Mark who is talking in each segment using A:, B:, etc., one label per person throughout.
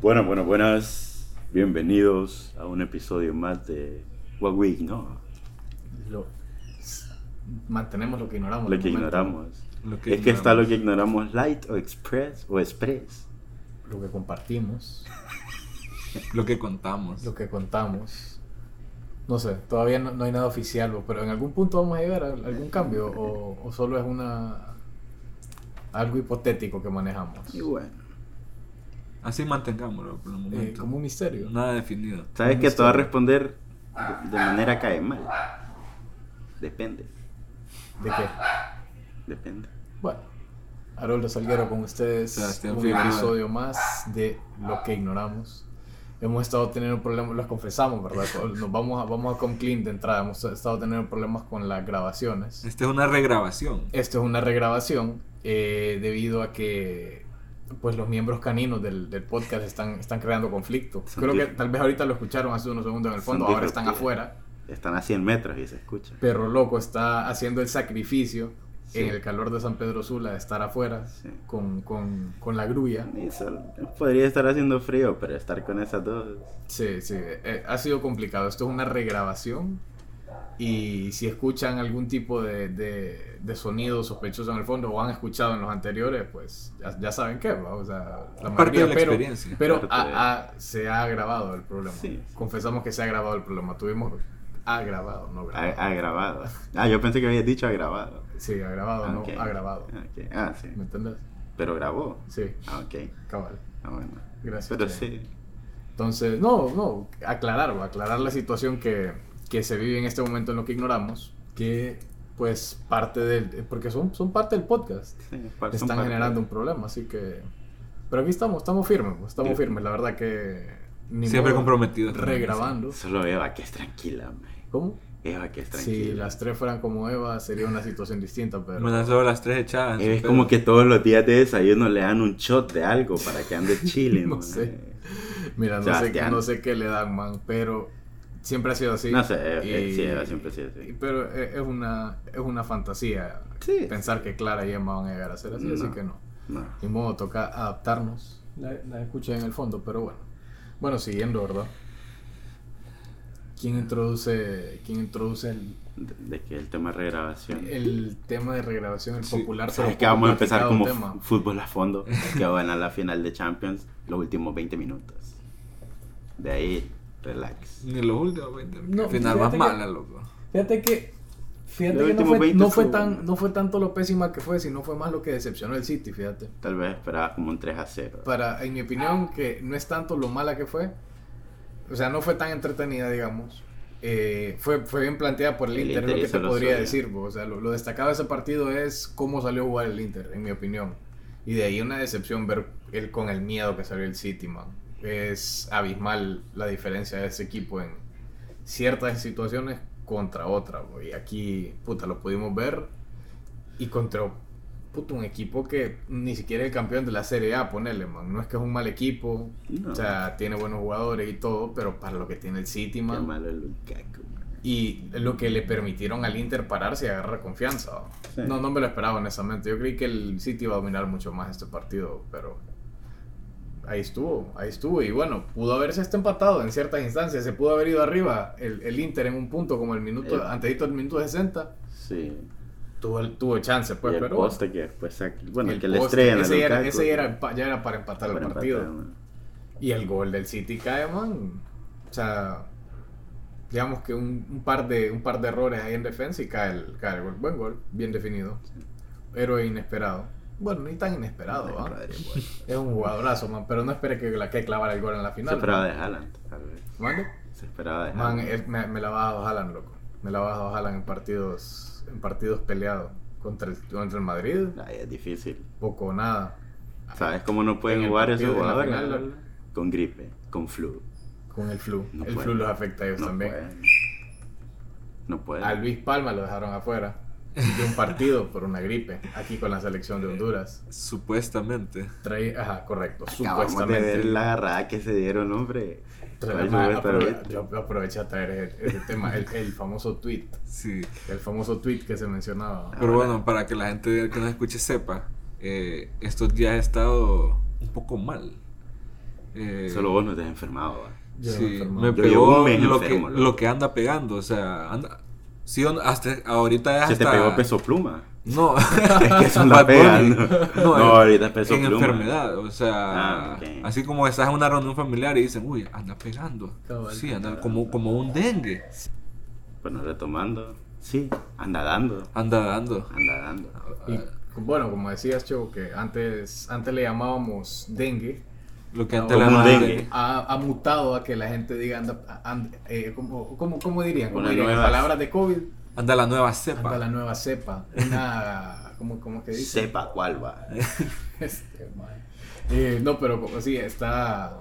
A: Bueno, bueno, buenas. Bienvenidos a un episodio más de What We Ignore.
B: Lo- mantenemos lo que ignoramos.
A: Lo
B: de
A: que
B: momento.
A: ignoramos.
C: Lo
A: es que está lo que ignoramos light o express o express.
B: Lo que compartimos,
C: lo que contamos.
B: lo que contamos. No sé, todavía no, no hay nada oficial, bo, pero en algún punto vamos a llegar a algún cambio o, o solo es una algo hipotético que manejamos.
A: Y bueno.
C: Así mantengámoslo por el
B: Eh,
C: momento.
B: como un misterio.
C: Nada definido.
A: Sabes
B: Un
A: que te va a
B: misterio.
A: responder de, de manera cae mal. Depende,
B: ¿De qué?
A: depende.
B: Bueno, Haroldo Salguero con ustedes.
C: Sebastián
B: un
C: Figueroa.
B: episodio más de lo que ignoramos. Hemos estado teniendo problemas, los confesamos, ¿verdad? Nos vamos a, vamos a come clean de entrada. Hemos estado teniendo problemas con las grabaciones.
C: Esta es una regrabación.
B: Esto es una regrabación eh, debido a que pues los miembros caninos del, del podcast están, están creando conflicto.
A: Son
B: Creo que
A: dif-
B: tal vez ahorita lo escucharon hace unos segundos en el
A: Son
B: fondo, ahora están
A: disruptivos.
B: afuera.
A: Están a 100 metros y se escucha.
B: Perro Loco está haciendo el sacrificio
A: Sí.
B: en el calor de San Pedro Sula de estar afuera
A: Sí.
B: con, con- con la grulla.
A: Y sol- podría estar haciendo frío, pero estar con esas dos.
B: Sí, sí, eh, ha sido complicado. Esto es una regrabación y si escuchan algún tipo de, de- de sonido sospechoso en el fondo o han escuchado en los anteriores, pues ya, ya saben qué, ¿va? o sea, la mayoría,
C: Parte de la
B: pero,
C: experiencia.
B: pero
A: Parte
B: ha-
A: de-
B: ha- se ha agravado el problema.
A: Sí.
B: Confesamos que se ha agravado el problema. Tuvimos agravado, no grabado.
A: A- Agravado. Ah, yo pensé que había dicho agravado.
B: Sí, agravado,
A: ah, Ok.
B: no agravado.
A: Ok. Ah, sí.
B: ¿Me entiendes?
A: Pero grabó.
B: Sí,
A: Ah, ok.
B: cabal.
A: Ah, bueno.
B: Gracias.
A: Pero
B: Che.
A: sí.
B: Entonces, no, no, aclarar, va, aclarar la situación que, que se vive en este momento en lo que ignoramos, que pues parte del, porque son, son parte del podcast,
A: sí, par- son
B: están
A: parte-
B: generando un problema, así que, pero aquí estamos, estamos firmes, pues, estamos
A: Sí.
B: firmes, la verdad que... ni
C: Siempre
B: modo,
C: comprometidos también,
B: Regrabando.
A: Solo Eva que es tranquila, man.
B: ¿Cómo?
A: Eva que es tranquila.
B: Si las tres fueran como Eva, sería una situación distinta, pero...
C: Me lanzó las tres echadas.
A: Eh, Es
C: pero-
A: como que todos los días de desayuno le dan un shot de algo para que ande chilling.
B: No
A: man.
B: sé. Mira, no sé,
A: Sebastián.
B: no sé qué le dan, man, pero siempre ha sido así.
A: No sé, eh, eh,
B: Y-
A: sí, Eva siempre ha sido así.
B: y- Pero eh, es es una, es una fantasía
A: Sí.
B: pensar que Clara y Emma van a llegar a ser así, así
A: No.
B: que no.
A: No.
B: Ni modo, toca adaptarnos. La, la escuché en el fondo, pero bueno. Bueno, siguiendo, ¿verdad? ¿Quién introduce, quién introduce el,
A: De, de que el tema de regrabación.
B: el tema de regrabación, el
C: Sí.
B: popular?
A: Sabes
B: pero
A: que
B: poco
A: vamos a empezar
B: platicado
A: como
B: tema?
A: f- fútbol a fondo. Que van a la final de Champions los últimos 20 minutos. De ahí, relax.
C: Ni los últimos 20.
B: No,
C: al final
B: fíjate
C: más
B: que-
C: mala, loco.
B: Fíjate que, fíjate
A: Los
B: que no,
A: últimos
B: fue,
A: 20
B: no, fue
A: estuvo
B: tan,
A: bueno.
B: no fue tanto lo pésima que fue, sino fue más lo que decepcionó el City, fíjate.
A: Tal vez esperaba como un 3 a 0.
B: Para, en mi opinión, que no es tanto lo mala que fue, o sea, no fue tan entretenida, digamos. Eh, fue, fue bien planteada por el,
A: El
B: Inter,
A: Inter
B: es
A: hizo
B: lo que te
A: lo
B: podría
A: suyo.
B: decir. bo. O sea, lo, lo destacado de ese partido es cómo salió a jugar el Inter, en mi opinión. Y de ahí una decepción ver el, con el miedo que salió el City, man. Es abismal la diferencia de ese equipo en ciertas situaciones contra otra. bo. Y aquí, puta, lo pudimos ver y contra puta, un equipo que ni siquiera es el campeón de la Serie A, ponele, man. No es que es un mal equipo,
A: No.
B: o sea, tiene buenos jugadores y todo, pero para lo que tiene el City,
A: Qué
B: man,
A: malo el Lukaku. man.
B: y lo que le permitieron al Inter pararse y agarrar confianza. ¿va?
A: Sí.
B: No, no me lo esperaba, honestamente. Yo creí que el City iba a dominar mucho más este partido, pero ahí estuvo, ahí estuvo. Y bueno, pudo haberse hasta empatado en ciertas instancias. Se pudo haber ido arriba el, el Inter en un punto como el minuto,
A: El-
B: antedito del minuto 60.
A: Sí.
B: Tuvo, el- tuvo chance, pues,
A: y el
B: pero...
A: poste que después saca. Bueno,
B: el
A: que le
B: poste,
A: estrella
B: ese, ya era, ese ya, era, pa- ya era para empatar el partido. Y el gol del City cae, man. O sea, digamos que un, un par, de, un par de errores ahí en defensa y cae el, cae el gol. Buen gol, bien definido. Héroe inesperado. Bueno, ni tan inesperado, ¿va? Es un jugadorazo, man. Pero no esperé que la que clavara el gol en la
A: Se
B: final.
A: esperaba de Haaland, tal vez.
B: ¿Mande?
A: Se esperaba de
B: Man,
A: Haaland.
B: es- me, me la va a Haaland, loco. Me la va a Haaland en partidos, en partidos peleados. Contra el, contra el Madrid,
A: Ay, es difícil.
B: poco o nada.
A: ¿Sabes cómo no pueden
B: En el
A: jugar esos
B: partido, en la
A: jugadores?
B: final,
A: Con gripe, con flu.
B: Con el flu.
A: No
B: el
A: puede.
B: flu los afecta a ellos
A: No
B: Pues también.
A: pueden. No pueden.
B: A Luis Palma lo dejaron afuera de un partido por una gripe, aquí con la selección de Honduras.
C: Supuestamente.
B: Trae, ajá, correcto,
A: Acabamos de
B: supuestamente.
A: ver la agarrada que se dieron, hombre.
B: Trae-
A: Ahí se
B: ah,
A: ve hasta
B: aprove-
A: ahorita.
B: yo, yo aproveché a traer ese, ese tema, el, el famoso tweet,
C: Sí.
B: el famoso tweet que se
A: Ah,
B: mencionaba.
C: Pero bueno, para que la gente que nos escuche sepa, eh, estos días he estado un poco mal. eh,
A: Solo vos no te has enfermado, va.
B: Yo no
C: sí,
B: me he enfermado.
C: me
A: Yo
C: pegó
A: llevo un mes
C: lo, que,
A: enfermo, loco.
C: lo que anda pegando, o sea, anda, sí, on- hasta ahorita es
A: Se te
C: hasta-
A: pegó peso pluma.
C: No,
A: Es que eso la
C: Bad
A: pega.
C: Bunny.
A: No, No,
C: en-
A: ahorita es peso
C: en
A: pluma.
C: enfermedad, o sea,
A: Ah, ok.
C: así como estás en una reunión familiar y dicen, uy, anda pegando,
B: Cabal.
C: sí, anda como, como un dengue,
A: Bueno, retomando. Sí, anda dando.
C: anda dando. ah,
A: Anda dando.
B: Y, bueno, como decías, Cheo, que antes, antes le llamábamos dengue,
C: Lo que
B: Ah,
C: antes le
A: como un
C: llamaban
A: dengue.
C: dengue.
B: ha, ha mutado a que la gente diga, anda, and- eh, ¿cómo, cómo, cómo dirían? ¿Cómo
A: Una
B: dirían? En
A: nueva-
B: palabras de COVID,
C: Anda la nueva cepa.
B: anda la nueva cepa, una, ¿cómo, cómo que dice?
A: Sepa cuál va.
B: Este, man. Eh, no, pero como sí, está,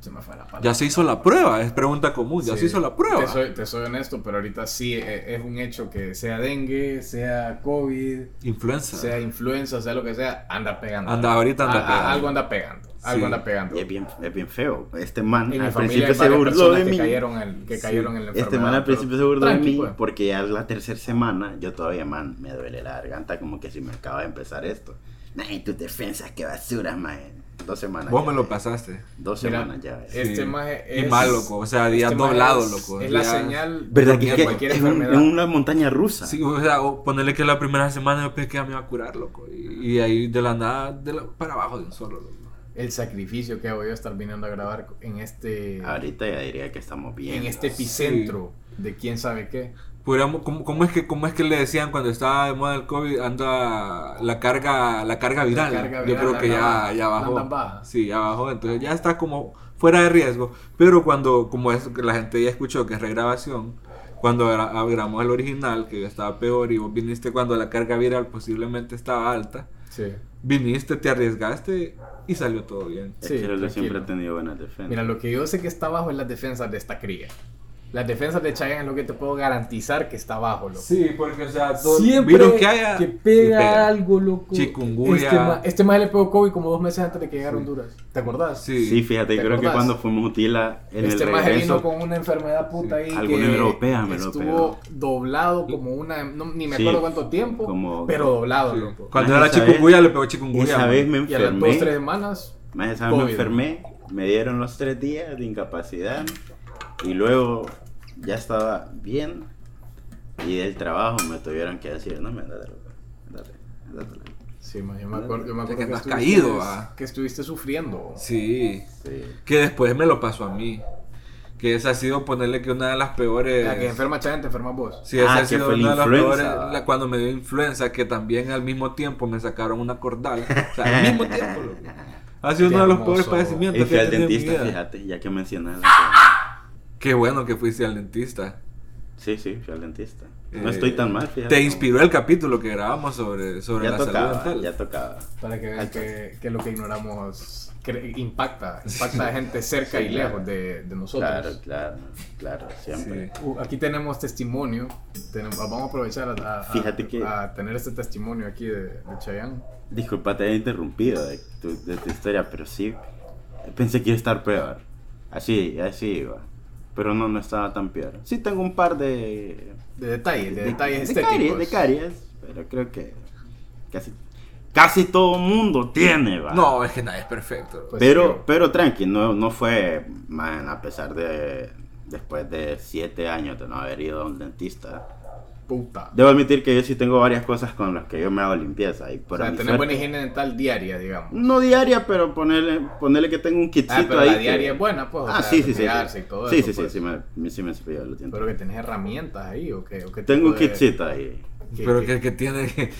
B: se me fue la palabra.
C: Ya se hizo la prueba, es pregunta común, ya se
B: Sí.
C: hizo la prueba.
B: Te soy, te soy honesto, pero ahorita sí eh, es un hecho que sea dengue, sea COVID,
C: Influenza.
B: sea influenza, sea lo que sea, anda pegando.
C: Anda, ahorita anda
B: A- a-
C: pegando.
B: Algo anda pegando. Algo
C: Sí.
B: anda pegando.
A: Y es bien, es bien feo. Este man
B: En mi
A: al
B: familia
A: principio
B: hay
A: se
B: varias
A: burló
B: personas
A: de
B: que
A: mí.
B: cayeron, en- que
C: Sí.
B: cayeron en la enfermedad.
A: Este man al
B: pero
A: principio se burló de
B: tranqui,
A: mí
B: pues.
A: porque ya es la tercera semana. Yo todavía, man, me duele la garganta como que si me acaba de empezar esto. Ay, tus defensas, qué basura, man. Dos semanas.
C: Vos
A: ya,
C: me lo
A: eh.
C: pasaste.
A: Dos
B: Mira,
A: semanas ya. eh.
B: Este
C: Sí.
B: maje
C: Y
B: es-
C: mal, loco. O sea, ya
B: Este man
C: doblado,
B: es-
C: loco.
B: Es la
C: ya-
B: señal.
A: ¿Verdad que,
B: de
A: que
B: cualquier
A: es, un-
B: enfermedad.
A: es una montaña rusa?
C: Sí, o sea, o ponerle que la primera semana yo pensé que ya me iba a curar, loco. Y, y ahí de la nada, de la- para abajo de un solo, loco.
B: El sacrificio que hago yo estar viniendo a grabar en este,
A: Ahorita ya diría que estamos bien.
B: en este epicentro de quién sabe qué.
C: Podríamos, ¿cómo, cómo es que, ¿Cómo es que le decían cuando estaba de moda el COVID? Anda la carga, la carga viral.
B: carga
C: Yo
B: viral
C: creo que ya,
B: anda-
C: ya bajó.
B: anda baja.
C: Sí, ya bajó. Entonces ya está como fuera de riesgo. Pero cuando, como es que la gente ya escuchó que es regrabación, cuando gra- grabamos el original, que estaba peor, y vos viniste cuando la carga viral posiblemente estaba alta,
B: Sí.
C: viniste, te arriesgaste y salió todo bien.
A: Es
B: Sí,
A: que Lolo siempre
B: tranquilo.
A: ha tenido buenas defensas.
B: Mira, lo que yo sé que está abajo es las defensas de esta cría. Las defensas de Chayanne es lo que te puedo garantizar que está abajo, loco.
C: Sí, porque o sea,
B: Siempre
C: virus que haya
B: pega,
C: pega.
B: algo, loco.
C: Chikungunya.
B: Este, ma- este maje le pegó COVID como dos meses antes de que llegara a
C: Sí.
B: Honduras. ¿Te acordás?
C: Sí.
A: Sí, fíjate,
B: ¿Te
A: creo que
B: acordás?
A: cuando fuimos a Utila en
B: este
A: el
B: maje
A: regreso,
B: vino con una enfermedad puta ahí.
A: Alguna
B: que
A: europea me lo
B: Estuvo
A: pegó.
B: doblado como una. no, ni me
A: Sí,
B: acuerdo cuánto tiempo.
A: como-
B: Pero doblado,
C: Sí.
B: loco.
C: Cuando
A: Ah,
C: era
A: esa vez-
C: chikungunya le pegó chikungunya.
A: esa
C: man.
A: vez me
B: Y a las dos,
A: enfermé.
B: tres semanas.
A: Más esa vez me
B: COVID.
A: enfermé, me dieron los tres días de incapacidad y luego ya estaba bien y del trabajo me tuvieron que decir, no, me andate, loco, andate, andate, loco".
B: Sí, ma, yo me acuerdo, yo me
C: Es que
B: acuerdo
C: andas
B: estuviste-
C: caído, va.
B: que estuviste sufriendo.
C: Sí.
A: Sí.
C: Que después me lo pasó a mí. Que esa ha sido ponerle que una de las peores.
B: La que enferma Chayanne, te enfermas vos.
C: Sí, esa
A: Ah,
C: ha
A: que
C: sido
A: fue la
C: una de las
A: influenza.
C: peores. la- cuando me dio influenza, que también al mismo tiempo me sacaron una cordal. O sea, al mismo tiempo, loco. Ha sido
B: Qué
C: uno de los
B: hermoso.
C: peores
A: Y
C: padecimientos
A: fui
C: que he
A: al
C: tenido en mi
A: dentista,
C: vida.
A: fíjate, ya que mencionas la-
C: Qué bueno que fuiste al dentista.
A: Sí, sí, fui al dentista.
C: Eh,
A: No estoy tan mal, fíjate.
C: Te inspiró el capítulo que grabamos sobre, sobre
A: Ya
C: la salud
A: tocaba,
C: dental.
A: ya tocaba.
B: Para que vean
A: Alto.
B: que, que lo que ignoramos cre- impacta, impacta a gente cerca
A: Sí,
B: y
A: claro.
B: lejos de, de nosotros.
A: Claro, claro, claro, siempre.
B: Uh, aquí tenemos testimonio, tenem- ah, vamos a aprovechar a, a- a-
A: Fíjate que-
B: a tener este testimonio aquí de, de Chayanne.
A: Disculpa, te he interrumpido de tu, de tu historia, pero sí pensé que iba a estar peor. Así, así iba. Pero no, no estaba tan peor. Sí tengo un par de...
B: De detalles, de, detalles
A: de
B: estéticos.
A: caries, de caries, pero creo que casi, casi todo mundo tiene, va.
C: No, es que nadie es perfecto.
B: Pues,
A: pero,
B: tío.
A: pero tranqui, no, no fue, man, a pesar de... Después de siete años de no haber ido a un dentista.
B: Puta.
A: Debo admitir que yo sí tengo varias cosas con las que yo me hago limpieza. Y por
B: o sea,
A: mi
B: tener
A: suerte-
B: buena higiene dental diaria, digamos.
A: No diaria, pero ponerle, ponerle que tengo un kitcito
B: Ah, pero
A: ahí.
B: la
A: que-
B: diaria es buena, pues. o
A: Ah,
B: sea,
A: sí, sí, sí.
B: cepillarse
A: Sí,
B: y todo
A: sí,
B: eso,
A: sí, sí,
B: pues.
A: sí, me, sí me cepillo los dientes.
B: Pero pues, que tenés herramientas ahí, ¿o qué? ¿O qué
A: Tengo un
B: tipo de-
A: kitcito ahí.
B: qué-
C: Pero
B: qué-
C: que el que tiene. Que,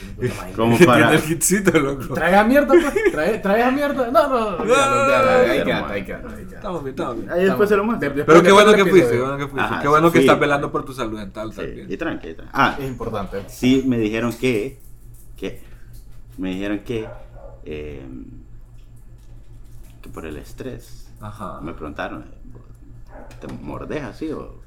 A: Como
C: que
A: para-
C: tiene el kitcito, loco.
B: Traes a mierda, pues. Traes, traes a mierda. No, no, no. olvídalo, olvídalo,
C: no,
B: Ahí
A: no,
B: quédate,
A: no.
B: ahí quédate, ahí quédate.
C: Estamos bien, estamos bien.
A: Ahí después se lo
B: Estamos-
A: muestro.
B: de- de-
C: Pero qué
B: después
C: bueno
B: del
C: que fuiste, qué
B: episodio.
C: bueno que fuiste.
A: Ajá,
C: Qué bueno que
A: sí.
C: estás velando por tu salud dental
A: Sí, y
C: también.
A: tranqui, y tranqui. Ah,
B: Es importante.
A: sí, me dijeron que. que me dijeron que. eh, que por el estrés.
C: Ajá.
A: Me preguntaron, ¿te mordes así o.?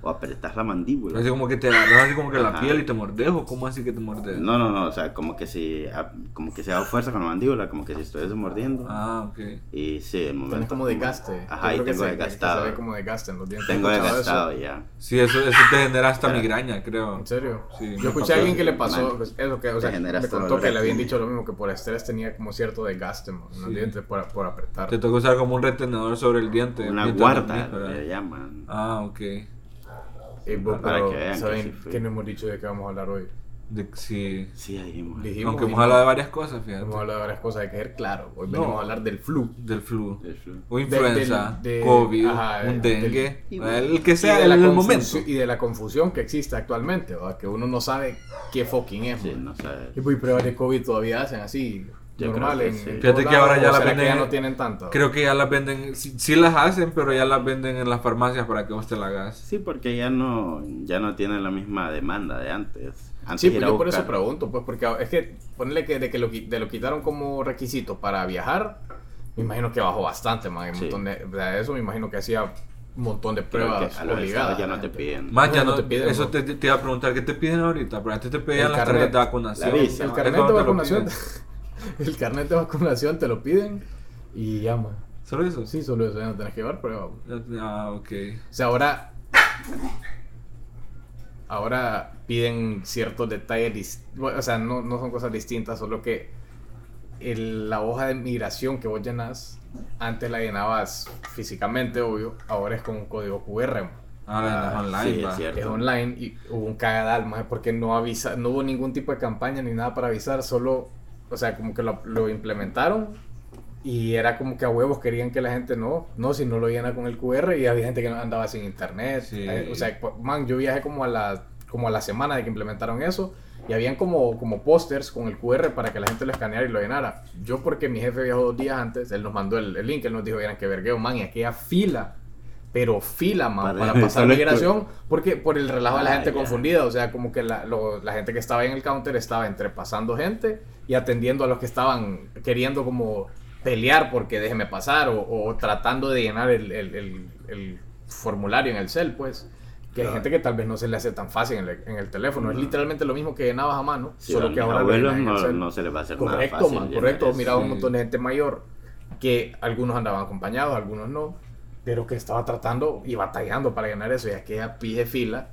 A: o apretás la mandíbula.
C: Así como que te agarras así como que la
A: Ajá.
C: piel y te mordes, o cómo así que te mordes.
A: No, no, no, o sea, como que si a- como que se da fuerza con la mandíbula, como que si estuviese mordiendo.
C: Ah, ok.
A: Y sí, el momento.
B: Tenés como desgaste.
A: Ajá, y
B: Yo creo que
A: tengo
B: se- que Se
A: desgastado. eh.
B: ve como desgaste en los dientes.
A: Tengo
B: ¿Has escuchado
A: desgastado
B: eso?
A: ya.
C: Sí, eso, eso te genera hasta migraña, creo.
B: ¿En serio?
C: Sí.
B: Yo escuché a alguien que le pasó,
A: Man,
B: pues, eso que, o
A: te
B: sea,
A: genera
B: me
A: hasta
B: contó
A: dolor
B: que le
A: aquí.
B: habían dicho lo mismo, que por estrés tenía como cierto desgaste man, en los
C: Sí.
B: dientes por, por apretar.
C: Te toca usar como un retenedor sobre el diente.
A: Una
C: mientras
A: guarda, eh,
C: dormís, ¿verdad?
A: le llaman.
C: Ah, ok.
B: Y vos,
A: Para
B: pero,
A: que vean que sí
B: ¿saben
A: fui.
B: qué no hemos dicho de qué vamos a hablar hoy?
C: De- sí.
A: Sí, ahí dijimos.
B: Dijimos,
C: Aunque hemos
B: y-
C: hablado de varias cosas, fíjate.
B: Hemos hablado de varias cosas, hay que ser claro. Hoy
C: No.
B: venimos a hablar del flu.
C: Del flu.
A: El flu.
C: O influenza,
B: del- de-
C: COVID,
B: ajá,
C: un
B: del-
C: dengue,
A: y-
C: el que
B: y
C: sea
B: de
C: en
B: la
C: el
B: confusión-
C: momento.
B: Y de la confusión que existe actualmente, ¿va? que uno no sabe qué fucking es.
A: Sí,
B: man.
A: no sabes.
B: Y pues pruebas de COVID todavía hacen así,
A: Yo
B: normal.
A: creo
B: En,
A: que sí.
B: en
C: Fíjate
B: todos
C: que ahora
B: lados,
C: ya
B: o
C: la
B: será que
C: venden-
B: ya no tienen tanto.
C: Creo que ya las venden, sí, sí las hacen, pero ya las venden en las farmacias para que vos te la hagas.
A: Sí, porque ya no, ya no tiene la misma demanda de antes. Antes
B: Sí, pues
A: era
B: yo por eso
A: buscar-
B: pregunto, pues porque es que ponerle que de que lo, qui- de lo quitaron como requisito para viajar, me imagino que bajó bastante, man. hay un
A: Sí.
B: montón de, o sea, eso me imagino que hacía un montón de
A: Creo que
B: pruebas
A: a los
B: obligadas.
A: estados ya no
B: la
A: te
B: gente.
A: piden.
C: Más
B: No,
C: ya
B: no
C: no,
B: te piden,
C: eso
B: ¿no?
C: te, te iba a preguntar, ¿qué te piden ahorita? Pero antes te pedían
B: El
C: las
B: carnet.
C: tarjetas de vacunación.
A: La visa.
B: El
A: Ah,
B: carnet
C: Eso
B: de
C: te lo
B: vacunación,
C: piden.
B: el carnet de vacunación te lo piden y ya, man.
C: ¿Solo eso?
B: Sí, solo eso, ya no tenés que llevar prueba. man.
C: Ah, ok.
B: O sea, ahora. Ahora piden ciertos detalles. dis- bueno, o sea, no, no son cosas distintas, solo que el- la hoja de migración que vos llenas, antes la llenabas físicamente, obvio, ahora es con un código QR. mo.
C: Ahora
A: Ah,
C: es online,
A: sí,
C: va.
A: es cierto.
B: Es online y hubo un cagadal, más porque no avisa, no hubo ningún tipo de campaña ni nada para avisar, solo, o sea, como que lo, lo implementaron y era como que a huevos querían que la gente no, no, si no lo llena con el QR y había gente que no andaba sin internet.
C: Sí.
B: Eh, O sea, po- man, yo viajé como a la como a la semana de que implementaron eso y habían como como pósters con el QR para que la gente lo escaneara y lo llenara. Yo porque mi jefe viajó dos días antes, él nos mandó el, el link, él nos dijo, vieran que vergueo, man, y aquella fila, pero fila, man,
A: Para-
B: para, pasar
A: solo es QR.
B: migración, porque por el relajo de la
A: Ah,
B: gente
A: ya.
B: confundida, o sea, como que la, lo- la gente que estaba ahí en el counter estaba entre pasando gente y atendiendo a los que estaban queriendo como pelear porque déjeme pasar o, o tratando de llenar el, el- el- el formulario en el cel, pues. Que hay
A: Claro.
B: gente que tal vez no se le hace tan fácil en el, en el teléfono. Es
A: No.
B: literalmente lo mismo que llenabas a mano,
A: Sí, a
B: solo
A: mis
B: que ahora lo
A: abuelos
B: llenas en el
A: no,
B: cel.
A: no se les va a hacer nada
B: Correcto,
A: fácil.
B: man,
A: llenar
B: correcto.
A: eso.
B: Miraba un
C: sí.
B: montón de gente mayor que algunos andaban acompañados, algunos no, pero que estaba tratando y batallando para ganar eso. Y aquella pije fila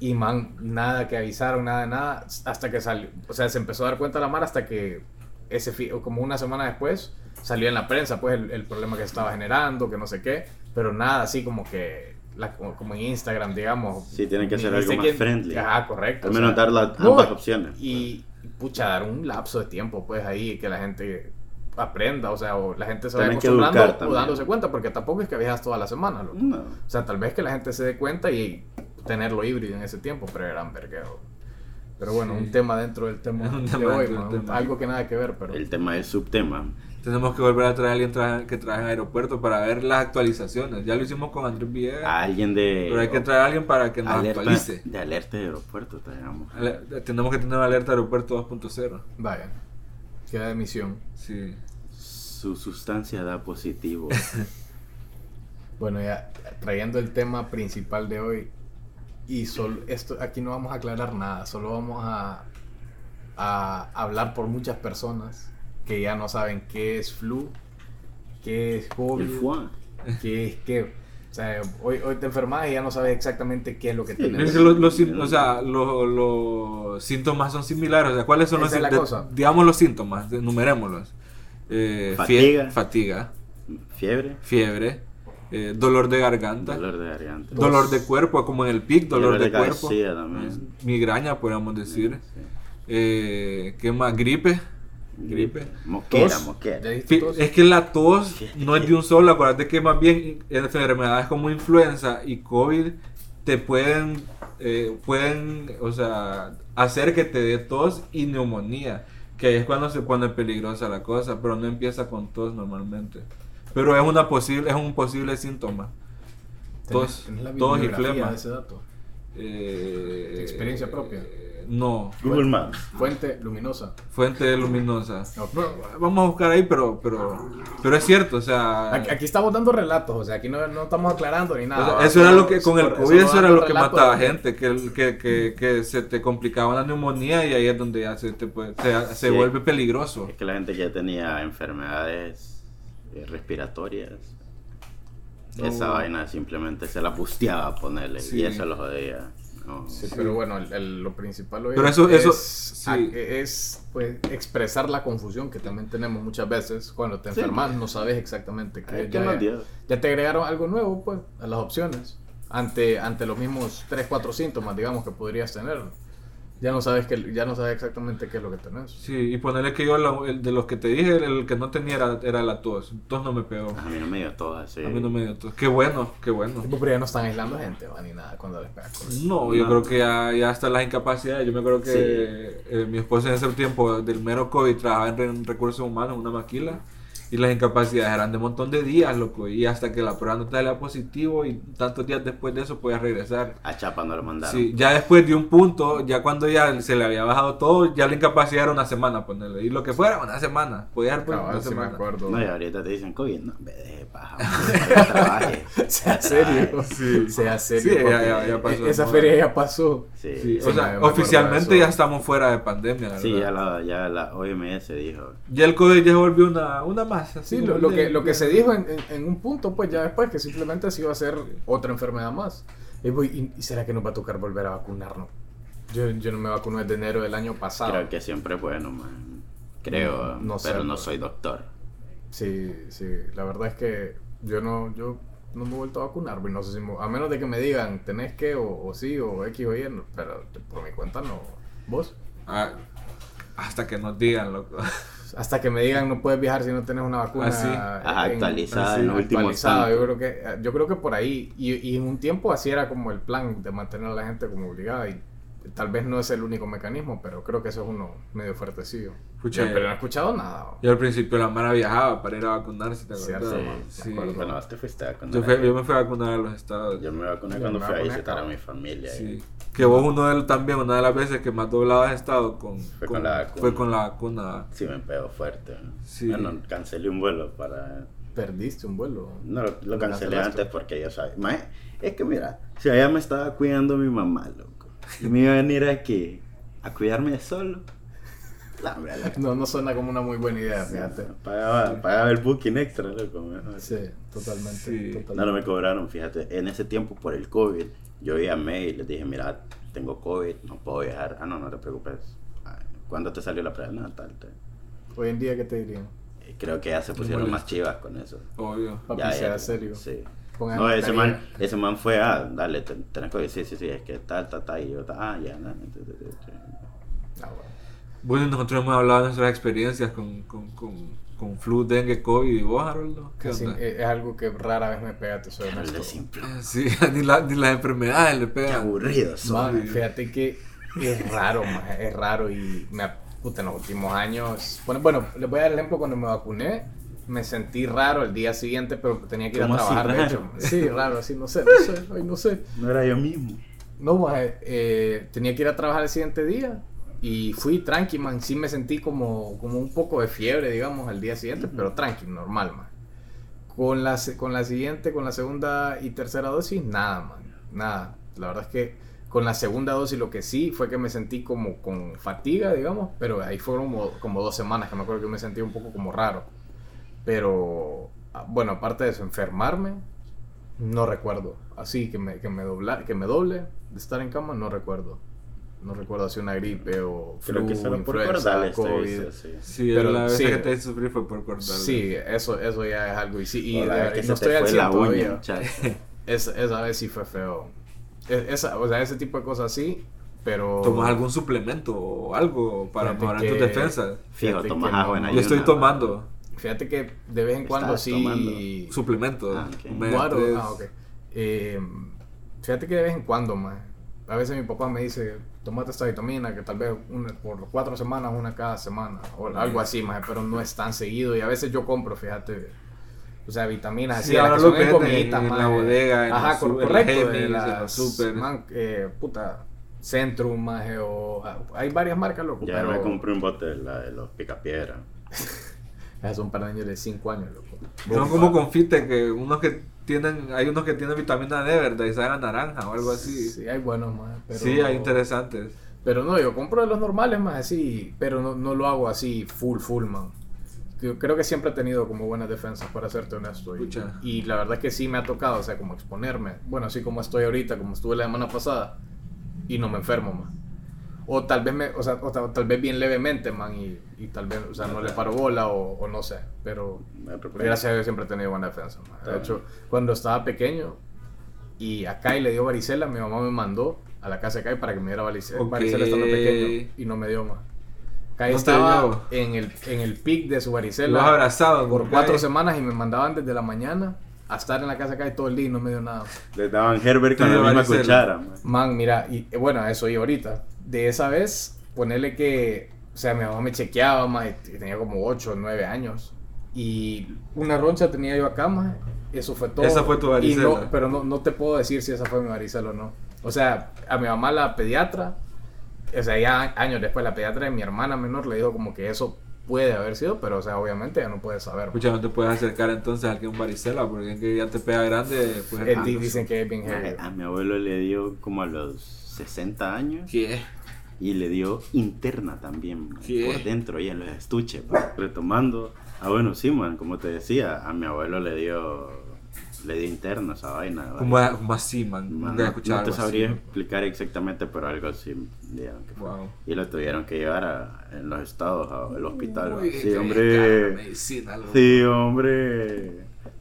B: y man, nada que avisaron, nada, nada, hasta que salió. O sea, se empezó a dar cuenta la mar hasta que ese fi- o como una semana después salió en la prensa pues el, el problema que estaba generando, que no sé qué, pero nada así como que la- como, como en Instagram, digamos.
A: Sí, tienen que
B: Ni-
A: hacer
B: ni
A: algo
B: sé
A: más
B: quién-
A: friendly.
B: Ajá, correcto.
A: Al
B: o
A: menos
B: sea,
A: dar las
B: no,
A: ambas opciones.
B: y
A: pues.
B: pucha, dar un lapso de tiempo, pues ahí que la gente aprenda, o sea, o la gente se vaya
A: Tienen que educar
B: acostumbrando o
A: también.
B: dándose cuenta, porque tampoco es que viajas toda la semana, loco.
A: No.
B: O sea, tal vez que la gente se dé cuenta y tenerlo híbrido en ese tiempo, pero gran vergueo. Pero bueno,
C: Sí.
B: un tema dentro del tema
C: Un
B: de
C: tema
B: hoy,
C: dentro del
B: man,
C: tema.
B: algo que nada que ver, pero
A: El tema es subtema.
C: Tenemos que volver a traer a alguien tra- que trabaje en aeropuerto para ver las actualizaciones. Ya lo hicimos con Andrés Villegas.
B: Ah,
A: A alguien de.
C: pero hay que traer a alguien para que nos
A: alerta-
C: actualice.
A: De alerta de aeropuerto, traigamos.
C: Ale- Tenemos que tener una alerta aeropuerto 2.0.
B: vaya, queda de misión.
C: Sí.
A: Su sustancia da positivo.
B: Bueno, ya trayendo el tema principal de hoy, y solo, esto, aquí no vamos a aclarar nada, solo vamos a, a hablar por muchas personas que ya no saben qué es flu, qué es
A: El
B: COVID,
A: fuá.
B: qué es qué. O sea, hoy, hoy te enfermas y ya no sabes exactamente qué es lo que
A: Sí,
B: tienes.
C: Es que los, los sim- o sea, los, los síntomas son similares. O sea, ¿cuáles son los
B: Esa es la
C: síntomas?
B: cosa.
C: Digamos los síntomas, enumerémoslos. Eh, fie-
A: Fatiga.
C: fatiga,
A: Fiebre.
C: fiebre, eh, dolor de garganta, dolor,
A: Dolor de garganta.
B: Dos.
C: de cuerpo, como en el PIC, dolor,
A: Dolor
C: de,
A: de
C: cuerpo. eh,
A: cabecilla también.
C: Migraña, podríamos decir.
A: Sí.
C: Eh, ¿Qué más? Gripe. Gripe.
A: Moquera,
B: Tos.
A: moquera.
B: Ya dijiste
C: Fi-
B: tos.
C: Es que la tos no es de un solo, acuérdate que más bien eh, enfermedades como influenza y COVID te pueden, eh, pueden, o sea, hacer que te dé tos y neumonía, que ahí es cuando se pone peligrosa la cosa, pero no empieza con tos normalmente. Pero es una posible, es un posible síntoma.
B: Tenés-
C: tos,
B: tenés la
C: tos y
B: bibliografía
C: flema.
B: de ese dato.
C: eh,
B: Experiencia propia.
C: eh, no,
A: Google Maps.
B: Fuente luminosa.
C: Fuente Luminosa.
B: Ok.
C: No, vamos a buscar ahí, pero, pero, pero es cierto, o sea,
B: Aquí, aquí estamos dando relatos, o sea, aquí no, no estamos aclarando ni
C: o
B: nada.
C: sea, eso era lo que con el
B: Ah, Por
C: COVID
B: no
C: eso era
B: dando
C: lo que
B: relatos.
C: mataba gente, que, el- que, que, que se te complicaba la neumonía y ahí es donde ya se te puede- se, se
A: Sí.
C: vuelve peligroso.
A: Es que la gente que ya tenía enfermedades eh, respiratorias.
C: No.
A: Esa vaina simplemente se la busteaba a ponerle
C: Sí.
A: y eso lo jodía. No.
B: Sí, pero bueno, el- el- lo principal hoy
C: Pero eso-
B: es,
C: eso-
B: a-
C: sí.
B: es, pues, expresar la confusión que también tenemos muchas veces. Cuando te
A: Sí.
B: enfermas no sabes exactamente qué.
A: Ay, ¿qué
B: ya,
A: más dio?
B: ya te agregaron algo nuevo pues, a las opciones. Ante, ante los mismos 3, 4 síntomas, digamos, que podrías tener. Ya no sabes, que, ya no sabes exactamente qué es lo que tenés.
C: Sí, y ponerle que yo la- el de los que te dije, el, el que no tenía era, era la tos. Tos no me pegó.
A: A mí no me dio todo así.
C: A mí no me dio tos. Qué bueno, qué bueno.
B: Tipo, Pero ya no están aislando gente, va, ni nada, cuando les pega COVID.
C: No,
A: Pues
C: yo
A: No.
C: creo que ya, ya hasta las incapacidades. Yo me acuerdo que
A: Sí.
C: eh, mi esposa en ese tiempo del mero COVID trabajaba en, re- en recursos humanos, en una maquila, y las incapacidades eran de un montón de días, loco. Y hasta que la prueba no te salía positivo y tantos días después de eso podías regresar.
A: A Chapa no lo mandaron.
C: Sí, ya después de un punto, ya cuando ya se le había bajado todo, ya la incapacidad era una semana, ponerle. Y lo que fuera, una semana. Podía dar por
B: Cabal,
C: una
B: sí me
C: semana.
B: acuerdo.
A: No, y ahorita te dicen COVID. No, me deje paja. hombre, trabaje.
B: Sea serio.
C: Sí.
B: Sea
C: Sí,
B: serio.
C: ya,
B: papi.
C: ya, ya pasó.
B: Esa
C: ¿no?
B: feria ya pasó.
A: Sí,
C: Sí,
A: sí,
C: o
B: sí, me
C: sea,
B: acuerdo de
C: oficialmente
B: eso.
C: ya estamos fuera de pandemia, la
A: sí,
C: verdad.
A: ya, la, ya la OMS dijo.
C: Ya el COVID ya se volvió una, una masa.
B: Sí, lo, lo que, lo que se dijo en, en- en un punto, pues ya después, que simplemente se iba a ser otra enfermedad más. Y, voy, ¿y- y será que nos va a tocar volver a vacunarnos? Yo, yo no me vacuno desde enero del año pasado.
A: Creo que siempre es bueno, man. Creo,
B: Ah. No sé,
A: pero no
B: bro.
A: soy doctor.
B: Sí, sí, la verdad es que yo no, yo no me he vuelto a vacunar, güey, no sé si me- a menos de que me digan tenés que o, o sí o X o Y, no, pero por mi cuenta no. ¿Vos?
C: Ah, hasta que nos digan, loco.
B: Hasta que me digan no puedes viajar si no tienes una vacuna
C: Ah, sí.
A: Ajá,
B: en-
A: actualizada
C: sí,
A: en los últimos
B: actualizada,
A: tantos.
B: yo creo que yo creo que por ahí y, y en un tiempo así era como el plan de mantener a la gente como obligada y tal vez no es el único mecanismo, pero creo que eso es uno medio fuertecillo.
C: Escucha,
B: pero no he escuchado nada.
C: Yo al principio la Mara viajaba para ir a vacunarse, ¿te
B: Cierto,
C: acuerdas?
A: Sí,
C: Sí.
A: Bueno, vos te fuiste a vacunar.
C: Yo, fui- yo me fui a vacunar a los estados.
A: Yo me vacuné
B: Yo
A: cuando
B: me
A: fui a
B: vacuné
A: visitar
B: acá.
A: a mi familia.
C: Sí. Que vos uno de, también, una de las veces que más doblado has estado con,
A: Fue con la vacuna.
C: fue con la vacuna.
A: Sí, me pegó fuerte. ¿no?
C: Sí.
A: Bueno, cancelé un vuelo para...
B: Perdiste un vuelo.
A: No, lo, lo cancelé
B: Lo cancelaste.
A: antes porque yo sabía. Mae, es que mira, si allá me estaba cuidando mi mamá, loco. Y me iba a venir aquí a cuidarme solo. La hombre, la-
B: No, no suena como una muy buena idea, fíjate.
A: Pagaba, pagaba el booking extra, loco. mejor.
B: Sí, totalmente.
C: Sí.
B: totalmente.
A: No, no me cobraron, fíjate. En ese tiempo, por el COVID, yo llamé y les dije, mira, tengo COVID, no puedo viajar. Ah, no, no te preocupes. Ah, ¿Cuándo te salió la prueba? No, tal, tal.
B: Hoy en día, ¿qué te dirían?
A: Eh, Creo que ya se pusieron
C: molesta.
A: más chivas con eso.
C: Obvio.
B: Papi, sea serio.
A: Sí.
B: Pongan
A: No, ese
B: mascarilla.
A: man, ese man fue, ah, dale, ten- tenés que sí, sí, sí, es que tal, tal, tal, y yo, ah, ya, no,
B: Ah, bueno.
C: Bueno, nosotros hemos hablado de nuestras experiencias con, con, con, con flu, dengue, COVID y vos, Haroldo. ¿Qué
B: Casi-
C: onda?
B: eh, es algo que rara vez me pega, te soy honesto.
A: Carlos simple,
C: Sí, ni, la- ni las enfermedades le
A: qué
C: pegan.
A: aburrido soy.
B: Man, fíjate que es raro, maje, es raro y me ha- puta, en los últimos años. Bueno, bueno, les voy a dar el ejemplo cuando me vacuné. Me sentí raro el día siguiente, pero tenía que ir a
A: ¿Cómo así,
B: trabajar, de hecho.
A: raro?
B: Sí, raro, así, no sé, no sé, ay, no sé.
A: No era yo mismo.
B: No, maje, eh, tenía que ir a trabajar el siguiente día y fui tranqui, man. Sí me sentí como, como un poco de fiebre, digamos, al día siguiente, pero tranqui, normal, man. Con la, se- con la siguiente, con la segunda y tercera dosis, nada, man. Nada. La verdad es que con la segunda dosis lo que sí fue que me sentí como con fatiga, digamos, pero ahí fueron como, como dos semanas que me acuerdo que me sentí un poco como raro. Pero, ah, bueno, aparte de eso, enfermarme, no recuerdo. Así que me, que me, dobla, que me doble de estar en cama, no recuerdo. No recuerdo si una gripe o
A: Creo
B: flu,
A: que solo por
B: influenza,
A: cordales te
B: COVID.
A: hice, sí.
C: Sí,
B: Pero
C: la vez
B: sí.
C: que te hice sufrir fue por cortar.
B: Sí, eso, eso ya es algo. Y, sí, y
A: O la
B: de-
A: vez
B: y
A: que
B: no
A: se
B: estoy
A: te
B: al
A: fue la
B: 100
A: uña,
B: todavía.
A: muchacho.
B: Esa, esa vez sí fue feo. Es- Esa, o sea, ese tipo de cosas sí, pero...
C: ¿Tomas algún suplemento o algo para
B: Fíjate
C: mejorar
B: que-
C: tus defensas?
A: Fijo,
B: Fíjate
A: tomás ah,
B: que
A: agua en
B: no.
A: ayunas.
C: Yo estoy
A: ¿no?
C: tomando
B: Fíjate que de vez en
A: Estabas
B: cuando sí...
A: tomando
C: suplementos.
A: Ah, ok.
C: omega
B: Guaro,
C: tres.
B: ah, ok. Eh, fíjate que de vez en cuando, más. A veces mi papá me dice, tomate esta vitamina, que tal vez una, por cuatro semanas, una cada semana, o algo así, más, pero no es tan seguido. Y a veces yo compro, fíjate, O sea, vitaminas así,
C: Sí,
B: las
C: ahora
B: que
C: lo
B: son en
C: venden
B: gomitas,
C: en
B: ma,
C: la
B: de-
C: bodega, en
B: Ajá,
C: los
B: cor-
C: super,
B: correcto,
C: Hemis,
B: de
C: en los
B: las
C: supers.
B: man- eh, puta, Centrum, más o hay varias marcas, loco,
A: Ya
B: pero
A: me compré un bote de, la, de los picapiedra.
B: ya son para niños de 5 años, loco.
C: Son como confites que unos que tienen, hay unos que tienen vitamina D, ¿verdad? Y saben a naranja o algo así. Sí,
B: Sí, hay buenos más, pero
C: hay interesantes.
B: Pero no, yo compro de los normales más así, pero no, no lo hago así full, full, man. Yo creo que siempre he tenido como buenas defensas, para serte honesto. Y,
C: Pucha.
B: y la verdad es que sí me ha tocado, o sea, como exponerme. Bueno, así como estoy ahorita, como estuve la semana pasada, y no me enfermo, más. O tal vez, me, o sea, o ta- tal vez bien levemente, man, y, y tal vez, o sea, no le paro bola o, o no sé. Pero
A: Me preparé.
B: gracias a Dios siempre he tenido buena defensa, man. De
A: Claro.
B: hecho, cuando estaba pequeño y a Kai le dio varicela, mi mamá me mandó a la casa de Kai para que me diera varice- varicela,
C: Ok.
B: estando pequeño y no me dio más. Kai
C: No te
B: estaba en el, en el pic de su
C: Los
B: varicela
C: abrazados
B: por cuatro
C: semanas.
B: semanas y me mandaban desde la mañana a estar en la casa de Kai todo el día y no me dio nada.
A: Les daban Herbert con
C: Te
A: la
C: dio
A: misma
C: varicela.
A: cuchara. man.
B: Man, mira, y eh, bueno, a eso iba ahorita. De esa vez, ponerle que, o sea, mi mamá me chequeaba, ma, y t- tenía como 8 o 9 años. Y una roncha tenía yo acá, ma, Eso fue todo.
C: Esa fue tu varicela.
B: Y no- pero no, no te puedo decir si esa fue mi varicela o no. O sea, a mi mamá la pediatra, o sea, ya años después la pediatra de mi hermana menor le dijo como que eso puede haber sido, pero o sea, obviamente ya no puede saber. ma.
C: Escucha, no te puedes acercar entonces a alguien varicela porque es que ya te pega grande. Pues,
B: Eh,
C: ah,
B: di-
C: no
B: dicen que es bien heavy.
A: A, a mi abuelo le dio como a los 60 años
C: ¿Qué?
A: y le dio interna también man,
C: ¿Qué?
A: por dentro y en los estuches. man. Retomando, ah bueno, sí, man, como te decía, a mi abuelo le dio le dio interna esa vaina. ¿vale?
C: Como, a- como así, man.
A: Man,
C: Nunca
A: no,
C: he escuchado
A: no te
C: algo así,
A: sabría
C: man.
A: explicar exactamente, pero algo así dijeron que fue.
C: Wow.
A: Y lo tuvieron que llevar a- en los estados a- al hospital.
C: Uy,
A: man.
C: qué
A: sí,
C: cara,
A: hombre.
C: medicina, loco.
A: Sí, hombre.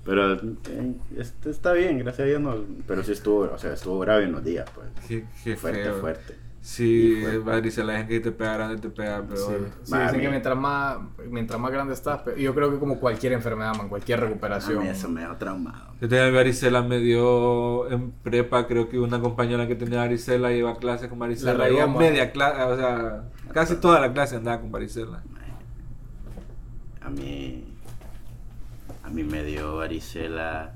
A: Pero eh, este está bien, gracias a Dios. no- pero sí estuvo, o sea, estuvo grave en los días, pues.
C: Qué, qué
A: Fuerte,
C: feo.
A: fuerte.
C: Sí,
A: Y fuerte.
C: varicela es que te pega grande, te pega
B: Sí,
C: peor.
B: sí,
A: Va, a
B: dicen
A: mí-
B: que mientras más, mientras más grande estás, pe- yo creo que como cualquier enfermedad, man, cualquier
A: A mí
B: recuperación.
A: eso Ah, me ha traumado.
C: Yo tenía varicela, me dio en prepa, creo que una compañera que tenía varicela iba a clases con
B: La
C: varicela.
B: regó,
C: Iba
B: man.
C: media clase, o sea, casi toda la clase andaba con varicela.
A: A mí. A mí me dio varicela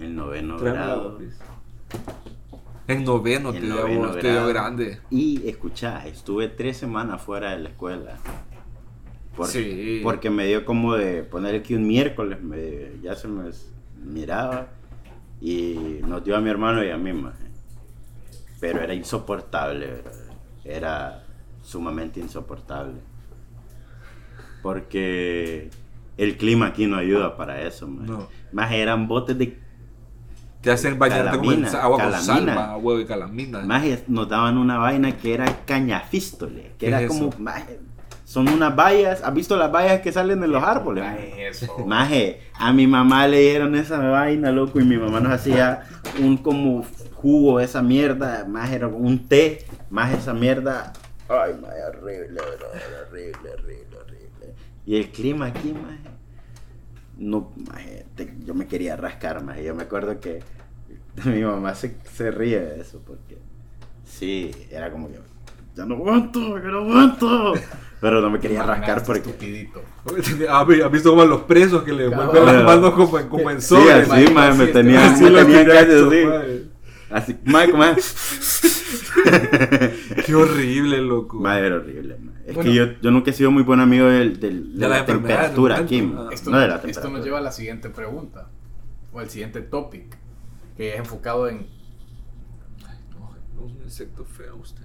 A: el noveno
C: Tráeme la
A: grado.
C: lápiz. pues. En noveno, te
A: El
C: dio,
A: noveno
C: te dio
A: grado.
C: grande.
A: Y escuchá, estuve tres semanas fuera de la escuela. Por-
C: Sí.
A: Porque me dio como de poner que un miércoles me, ya se me s- miraba y nos dio a mi hermano y a mí más. Pero era insoportable, brother. era sumamente insoportable. Porque el clima aquí no ayuda para eso, man.
C: No.
A: Más eran botes de
C: Te hacen bañarte con el
A: Calamina,
C: sa- agua con
A: calamina.
C: salva, huevo y calamina.
A: Maje, nos daban una vaina que era cañafístole,
C: ¿Qué
A: que era
C: es eso?
A: como, maje, son unas vallas, ¿has visto las vallas que salen de los árboles? maje?
B: Ay, eso.
A: Maje, a mi mamá le dieron esa vaina, loco, y mi mamá nos hacía un como jugo de esa mierda, más era un té, más esa mierda, ay, maje, horrible, bro, horrible, horrible, horrible. Y el clima aquí, maje, no, maje, te- yo me quería rascar, maje, yo me acuerdo que mi mamá se, se ríe de eso, porque sí, era como que, ya no aguanto, ya no aguanto, pero no me quería
B: Man,
A: rascar
B: este
A: porque...
B: Estupidito.
C: ¿Has Ah, visto como a los presos que le
B: Cabrón.
C: devuelven las manos como, en- como en
A: Sí,
C: sobre?
A: así,
C: man?
A: maje, me
B: sí,
A: tenía,
B: así
A: me
C: lo
A: tenía
C: tiraste,
A: cachos, sí.
C: maje.
A: Así, madre, como
C: Qué horrible, loco.
A: Madre, era horrible, madre. Es
B: Bueno.
A: que yo, yo nunca he sido muy buen amigo del, del-
C: De
A: de
C: la
A: la,
C: enfermedad,
A: temperatura
C: del
A: aquí,
C: momento,
A: madre.
C: ah.
B: Esto,
A: No de la
B: esto
A: temperatura.
B: nos lleva a la siguiente pregunta, o al siguiente topic, que es enfocado en
C: Ay, no, un insecto feo usted.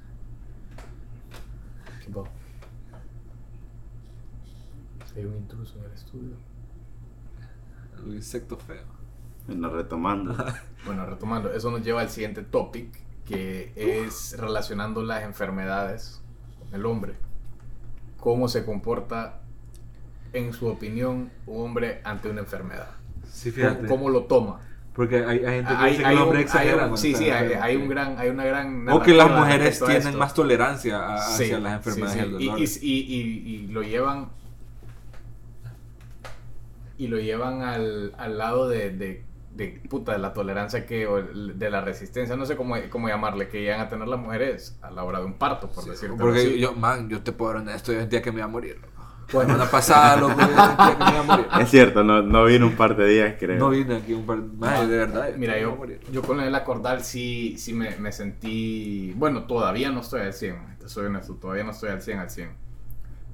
B: ¿Qué pasó? Hay un intruso en el estudio.
C: Un insecto feo.
A: Bueno, retomando.
B: Bueno, retomando, eso nos lleva al siguiente topic, que es relacionando las enfermedades con el hombre. ¿Cómo se comporta, en su opinión, un hombre ante una enfermedad?
C: Sí, fíjate.
B: ¿Cómo, cómo lo toma?
C: Porque hay, hay gente que
B: Hay,
C: dice
B: hay
C: que los
B: un,
C: hombres
B: hay un-
C: exageran.
B: sí,
C: o
B: sí,
C: sea,
B: hay,
C: pero-
B: hay un gran, hay una gran...
C: O que las
B: narrativa
C: mujeres
B: respecto a
C: tienen
B: esto.
C: más tolerancia a- a-
B: Sí,
C: hacia las
B: sí,
C: enfermedades
B: sí.
C: del
B: Y-
C: dolor.
B: Y, y- y- y lo llevan y lo llevan al, al lado de, de, de, puta de la tolerancia que o el- de la resistencia no sé cómo, cómo llamarle que llegan a tener las mujeres a la hora de un parto por
C: Sí,
B: decirlo
C: porque yo, man, yo te puedo dar esto, yo sentía que me iba a morir. La semana pasada, loco, yo sentía que me iba a morir.
A: Es cierto, no, no vino un par de días, creo.
C: No vine aquí un par Madre, de verdad.
B: Mira,
C: me iba a
B: yo,
C: morir.
B: yo con el acordar sí, sí me, me sentí. Bueno, todavía no estoy al 100, te soy honesto, todavía no estoy al 100 al 100.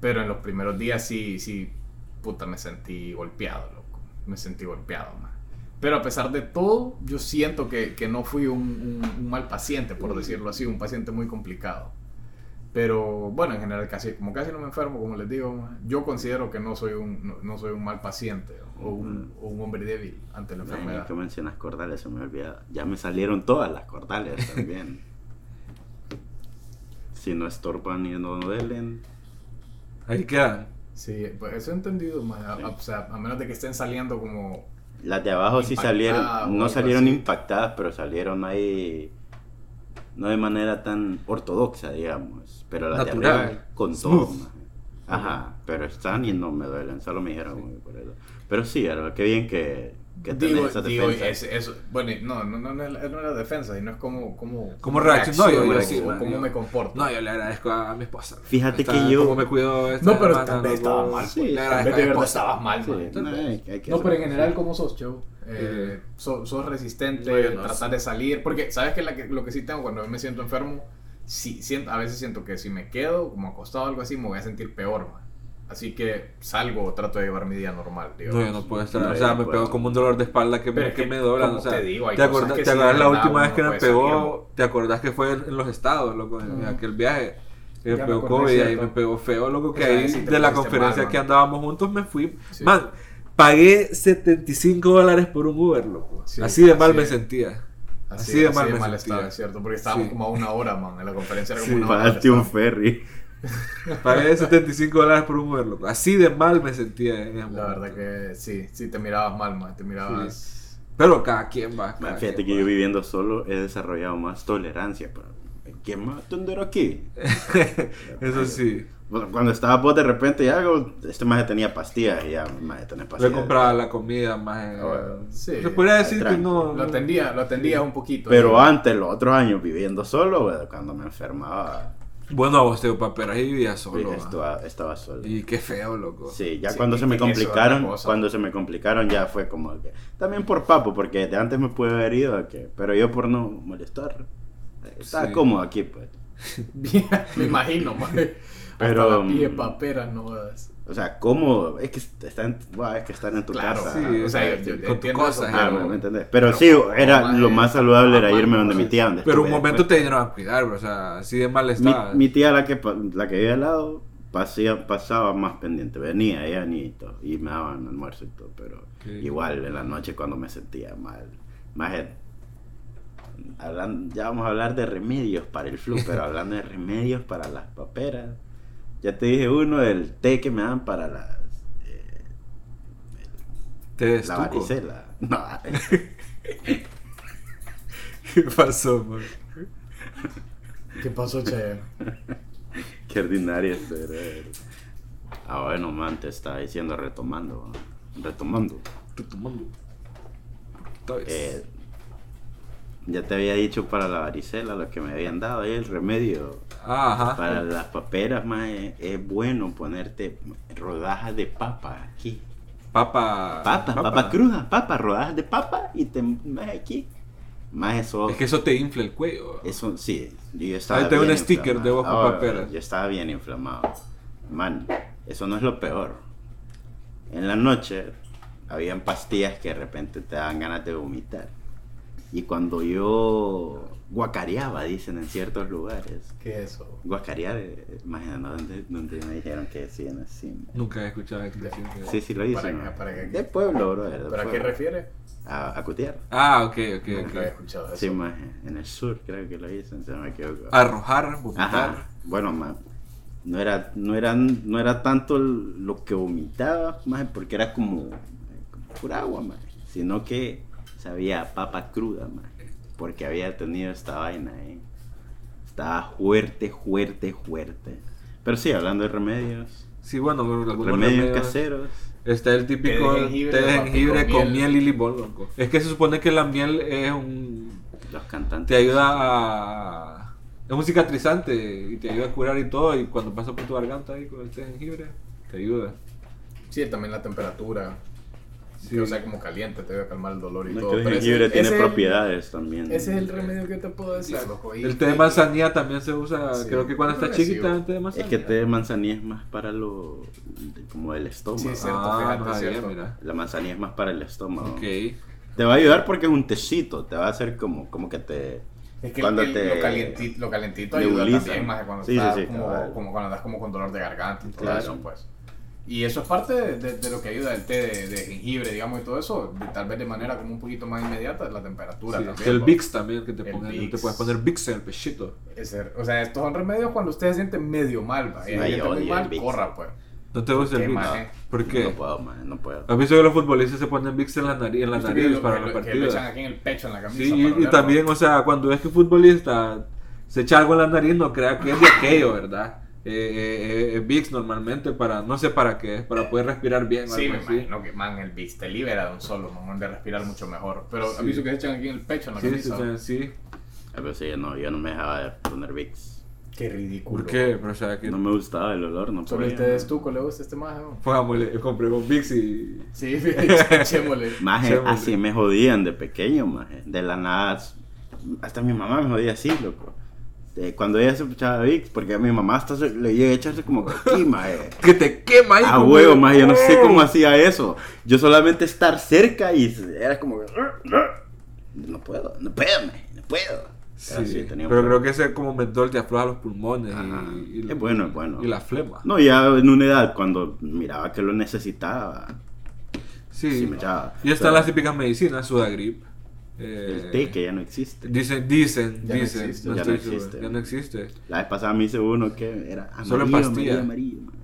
B: Pero en los primeros días sí, sí, puta, me sentí golpeado, loco. Me sentí golpeado, man. Pero a pesar de todo, yo siento que, que no fui un, un- un mal paciente, por decirlo así, un paciente muy complicado. Pero bueno, en general, casi, como casi no me enfermo, como les digo, man, yo considero que no soy un, no, no soy un mal paciente o un, o un hombre débil ante la
A: Ay, ni
B: enfermedad.
A: que mencionas cordales, se me olvidaba. Ya me salieron todas las cordales también. si no estorban y no duelen.
C: Ahí quedan.
B: Sí, pues eso he entendido, más, a-
A: Sí.
B: a- o sea, a menos de que estén saliendo como...
A: Las de abajo sí
B: Impactadas
A: salieron,
B: o
A: no
B: algo
A: salieron
B: así.
A: impactadas, pero salieron ahí no de manera tan ortodoxa, digamos, pero las de
C: Natural.
A: arriba con
C: Smooth.
A: todo. maje. Ajá, pero están y no me duelen, solo me dijeron como que por eso. Pero sí, Álvaro, qué bien que, que tenés
B: digo,
A: esa
B: digo,
A: defensa.
B: es- eso- bueno, no, no, no, no, es la- no es la defensa, sino es como... como
C: ¿Cómo reacciono? No, yo- yo
B: o-
C: sí,
B: o
C: man,
B: cómo
C: yo-
B: me comporto.
C: No, yo le agradezco a mi esposa.
A: Fíjate
C: Está-
A: que yo-
C: Cómo me cuidó esta
B: No, pero
C: hermana,
B: tal vez
C: loco.
B: estaba mal,
A: pues.
C: le
A: Tal
B: En vez
C: agradezco a
B: de
C: mi
B: verdad
C: esposa.
B: estabas mal,
A: Sí,
B: man.
A: no, hay- hay que
B: No, pero en
A: hacerlo.
B: general, ¿cómo sos, Chau? Eh, so- ¿Sos resistente?
C: No, yo no
B: ¿Tratas
C: soy.
B: de salir? Porque, ¿sabes que Lo que sí tengo cuando yo me siento enfermo, sí, siento, a veces siento que si me quedo como acostado o algo así, me voy a sentir peor, man. Así que salgo o trato de llevar mi día normal,
C: No,
B: digamos.
C: yo no puedo estar.
A: No,
C: o
A: yo
C: sea,
A: no
C: me
A: puedo.
C: pegó como un dolor de espalda que,
B: Pero
C: me-
B: es
C: que
B: que,
C: me doblan.
B: como
C: O sea,
B: te digo, hay
C: acordás-
B: cosas que
C: te
B: sí, de
C: acordás la
B: verdad,
C: última
B: uno
C: vez que
B: no
C: me
B: puede
C: pegó. Te acordás que fue en, en los estados, loco, en
B: Ujú.
C: aquel viaje. Que
B: Ya
C: me
B: me
C: pegó
B: acordé,
C: COVID y ahí
B: cierto.
C: me pegó feo, loco. Que
B: Esa
C: ahí
B: vez sí te
C: de la
B: pusiste
C: conferencia
B: mal,
C: que
B: man.
C: andábamos juntos me fui.
B: Sí.
C: Man, pagué 75 dólares por un Uber, loco.
B: Sí,
C: así de mal
B: así
C: me
B: es.
C: sentía. Así de mal me sentía.
B: estaba, ¿cierto? Porque estábamos
C: Sí.
B: como a una hora, man. En la conferencia era
A: Sí,
B: como una hora.
A: pagaste un ferry.
C: Pagué 75 dólares por un Uber, loco. Así de mal me sentía. en ese
B: La
C: momento.
B: verdad que sí, sí, te mirabas mal, man. Te mirabas...
C: Pero cada quien va.
B: Ah,
A: Man,
C: cada
A: fíjate
C: quien
A: que
C: va.
A: yo viviendo solo he desarrollado más tolerancia. Para... ¿Qué más tendero aquí?
C: Eso sí.
A: Bueno, Cuando estaba vos de repente y algo, este maje tenía pastillas y ya, maje, tenés
C: Le
A: pastillas.
C: compraba la comida más.
B: Ah, sí.
C: Se podría decir que
A: Tranqui.
C: no.
B: Lo atendía, lo atendía un poquito.
A: Pero
B: ¿no?
A: antes, los otros años viviendo solo, güey, cuando me enfermaba,
C: Bueno, a vos te paperas y vivía solo.
A: pues,
C: ah.
A: estaba, estaba solo.
C: Y qué feo, loco.
A: Sí, ya
B: Sí,
A: cuando
B: y
A: se me
B: que eso es otra
A: complicaron,
B: cosa.
A: cuando se me complicaron ya fue como que... También por papo, porque de antes me pude haber ido, que, pero yo por no molestar, eh, estaba
C: Sí.
A: cómodo aquí, pues.
B: Me imagino, madre.
A: Pero,
B: Hasta la pie
A: mm,
B: papera no jodas.
A: O sea, cómodo, es que estar en, buah, es que estar en tu
B: Claro,
A: casa.
C: sí,
A: ¿no?
B: o sea, yo, yo
C: con tu
B: entiendo
C: cosa,
B: eso,
C: ajá,
A: Ah,
B: pero-
A: me, me entendés. Pero,
B: pero
A: sí,
B: como
A: era
B: más
A: lo
B: es-
A: más saludable era irme donde mi
B: sí.
A: tía. Donde
C: ah,
A: pues.
C: pues, Pero un
A: estuve
C: momento
A: después.
C: te vinieron a cuidar, bro. O sea, así de mal
A: Mi,
C: estaba.
A: mi tía, la que, pa- la que vive al lado, pasía, pasaba más pendiente. Venía ella ni todo, y me daban almuerzo y todo. Pero
C: Sí.
A: igual en la noche cuando me sentía mal. Más el- hablan- ya vamos a hablar de remedios para el flu, pero hablando de remedios para las paperas. Ya te dije uno, el té que me dan para las, eh,
C: Te
A: la
C: destuco.
A: varicela. No,
C: ¿Qué pasó, man?
B: ¿Qué pasó, Che?
A: Qué ordinaria es ver. Ah, bueno, man, te estaba diciendo, retomando. Retomando.
C: Retomando. Otra vez.
A: Eh, ya te había dicho para la varicela lo que me habían dado ahí, el remedio.
C: Ah, ajá.
A: Para las paperas, man, es, es bueno ponerte rodajas de papa aquí.
C: Papa.
A: Papa, papa, cruda, papa, rodajas de papa y te más aquí. Más eso.
C: Es que eso te infla el cuello.
A: Eso sí, yo estaba.
C: Ahí tengo
A: bien
C: un sticker
A: inflamado.
C: de Boca
A: Ah, bueno,
C: Papera.
A: Yo estaba bien inflamado. Man, eso no es lo peor. En la noche habían pastillas que de repente te daban ganas de vomitar. Y cuando yo guacareaba, dicen en ciertos lugares.
B: ¿Qué es eso?
A: Guacarear, eh, imagina, donde, donde me dijeron que decían así. man.
C: Nunca he escuchado esta canción.
A: Sí, sí lo dicen.
B: Para acá,
A: man.
B: para acá.
A: De pueblo, bro.
B: ¿Pero a qué refiere?
A: A, a cutear.
C: Ah, ok, ok,
B: Nunca he
C: ok.
B: escuchado eso.
A: Sí, más en el sur creo que lo dicen, se me equivoco.
C: Arrojar, vomitar.
A: Ajá. Bueno, man, no era, no era, no era tanto l- lo que vomitaba, más porque era como, eh, como pura agua, man, sino que sabía a papa cruda, man, porque había tenido esta vaina, eh. Estaba fuerte, fuerte, fuerte. Pero sí, hablando de remedios,
C: Sí, bueno, algunos
A: remedios,
C: remedios.
A: caseros.
C: Está el típico
B: Té de jengibre,
C: té de
B: papi,
C: jengibre
B: con
C: con,
B: miel.
C: miel. y limón, loco. Es que se supone que la miel es un...
A: Los cantantes.
C: te ayuda a... Es un cicatrizante y te ayuda a curar y todo. Y cuando pasa por tu garganta ahí con el té de este jengibre, te ayuda.
B: Sí, también la temperatura.
C: Sí.
B: Que, o sea, como caliente, te va a calmar el dolor y
A: No,
B: todo.
A: que el
B: pero ese-
A: jengibre tiene
B: ese es el-
A: propiedades también.
B: Ese es el remedio que te puedo decir, loco. Y-
C: El té de manzanilla también se usa,
B: Sí.
C: creo que cuando
B: Creo
C: estás
B: que sí,
C: chiquita,
B: güey.
C: el té de
A: Es
C: manzanilla.
A: que té de manzanilla es más para lo. de- como el estómago.
B: Sí, sí. Cierto,
C: Ah,
B: fíjate,
C: no sabía,
B: cierto.
C: mira.
A: La manzanilla es más para el estómago.
C: Ok.
A: Te va a ayudar porque es un tecito, te va a hacer como, como que te.
B: Es que
A: Cuando
B: el-
A: te-
B: lo, calientito, lo calientito
A: nebuliza.
B: ayuda también más que cuando,
A: Sí,
B: estás
A: sí, sí, cabal.
B: como, como cuando andas como con dolor de garganta y todo
A: Claro.
B: eso, pues. Y eso es parte de, de- de lo que ayuda el té de, de jengibre, digamos, y todo eso. de- tal vez de manera como un poquito más inmediata, la temperatura
C: Sí,
B: también. pues.
C: el
B: ¿no?
C: Vicks también, que te,
B: El
C: pongan- te
B: Vicks.
C: puedes poner Vicks en el pechito.
B: Ese- o sea, estos son remedios cuando usted se siente medio mal, va.
A: Sí,
B: Y
A: ay,
B: hay gente muy
A: odio el
B: mal,
A: Vicks.
B: corra, pues.
C: No te gusta el
B: Qué eh.
C: Vicks.
B: maje.
C: ¿Por qué? Ah.
A: No puedo, man, no puedo.
C: ¿Has visto que los futbolistas se ponen Vicks en la nariz, en la
B: Viste
C: nariz
B: que
C: para
B: lo-
C: los
B: que- que le
C: partidos?
B: echan aquí en el pecho, en la camisa.
C: Sí,
B: para
C: y- y,
B: olerlo.
C: también, o sea, cuando es que un futbolista se echa algo en la nariz, no crea que es de aquello, ¿verdad? Eh, eh, eh, eh, Vicks normalmente para, no sé para qué, para poder respirar bien. o
B: Sí,
C: algo
B: me
C: así.
B: imagino que, man, el Vicks te libera de un solo, man, de respirar mucho mejor. Pero
C: Sí.
B: ¿has visto que se echan aquí en el pecho, en la
C: Sí, sí,
B: camisa?
C: sí, sí.
A: A veces yo no, yo no me dejaba de poner Vicks.
B: Qué ridículo.
C: ¿Por qué? Pero, o sea, que
A: No me gustaba el olor, no
B: Solo
A: podía.
B: este es tú, le gusta este maje? ¿no?
C: pongámosle, yo compré un Vicks y...
B: Sí, echémosle.
A: Maje,
C: Se me-
A: así me jodían de pequeño, maje. De la nada. Hasta mi mamá me jodía así, loco. De cuando ella se escuchaba Vicks, porque a mi mamá hasta se- le llega a echarse como que aquí, maje.
C: Que te quema ahí.
A: A
C: como- "Oh".
A: huevo, maje. Yo no sé cómo hacía eso. Yo solamente estar cerca y era como que. No puedo, no puedo, maje, no puedo.
C: Sí,
A: Era así, Ah, tenía
C: pero
A: un-
C: creo que ese como mentol te afloja los pulmones
A: Ajá.
C: y, y-
A: Es bueno, es bueno.
C: y la flema.
A: No, ya en una edad, cuando miraba que lo necesitaba,
C: sí.
A: sí me echaba.
C: Y están
A: O sea,
C: las típicas medicinas, Sudagrip. eh,
A: El té que ya no existe.
C: Dicen, dicen,
B: Ya no
C: dicen.
B: existe.
A: Ya no
C: estoy seguro,
A: existe.
C: Ya no existe.
A: La vez pasada me hice uno que era amarillo,
C: Solo en
A: amarillo,
C: pastilla.
A: amarillo, man.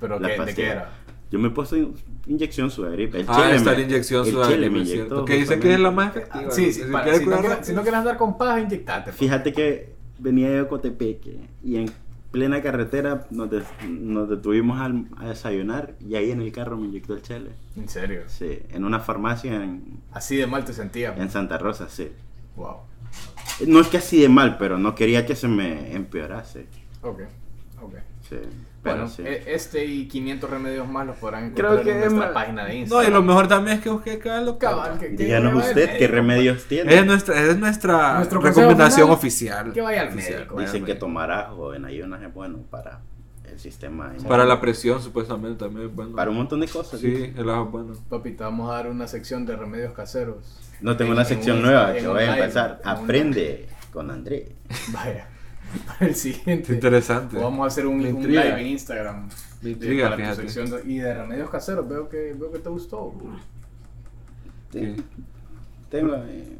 B: Pero
A: La
B: ¿qué, ¿de
A: pastilla.
B: qué era?
A: Yo me he puesto in- inyección sudagrip. El
C: ah,
A: chile
C: está
A: me-
C: la inyección
A: el chile
C: Sudagrip,
A: me
C: es
A: inyectó
C: cierto, Que dicen que es la más
A: justamente.
C: efectiva.
B: sí, sí,
C: Si
B: para-
C: quieres
B: si, no
C: curar-
B: quieres, si no quieres andar con paja, inyectate. pues.
A: Fíjate que venía de Cotepeque y en plena carretera nos, des- nos detuvimos al- a desayunar y ahí en el carro me inyectó el chile.
B: En serio.
A: Sí, en una farmacia en,
B: Así de mal te pues. sentías.
A: en Santa Rosa, sí.
B: Wow.
A: No es que así de mal, pero no quería que se me empeorase.
B: Ok, ok.
A: Sí, pero
B: Bueno,
A: sí.
B: e- este y 500 remedios más los podrán
A: Creo
B: encontrar
A: que
B: en
A: es
B: nuestra
A: ma-
B: página de
C: No,
B: Instagram.
C: y lo mejor también es que busque cada local.
B: Cabal, que- que
A: Díganos
B: lleva el
A: usted qué
B: médico,
A: remedios
C: Es
A: tiene.
C: nuestra, es nuestra
B: Nuestro consejo
C: recomendación
B: final,
C: oficial.
B: que vaya al
C: Oficial,
B: médico.
C: vaya al
A: Dicen que
C: médico.
A: tomar ajo en ayunas es bueno para el sistema. inmune.
C: Para la presión, supuestamente, también es bueno.
A: Para un montón de cosas.
C: Sí, el ajo es bueno.
B: Papi, te vamos a dar una sección de remedios caseros.
A: No tengo
B: En-
A: una
B: en
A: sección
B: un-
A: nueva
B: en
A: que
B: un
A: voy a
B: live,
A: empezar.
B: en un-
A: Aprende con André.
B: Vaya. Para el
C: Es
B: siguiente.
C: interesante.
B: O vamos a hacer un,
C: Me
B: un
C: intriga.
B: live en Instagram.
C: Me
B: de-
C: intriga,
B: para tu
C: fíjate.
B: sección de- y de remedios caseros, veo que, veo que te gustó.
C: Sí.
A: Tengo, eh,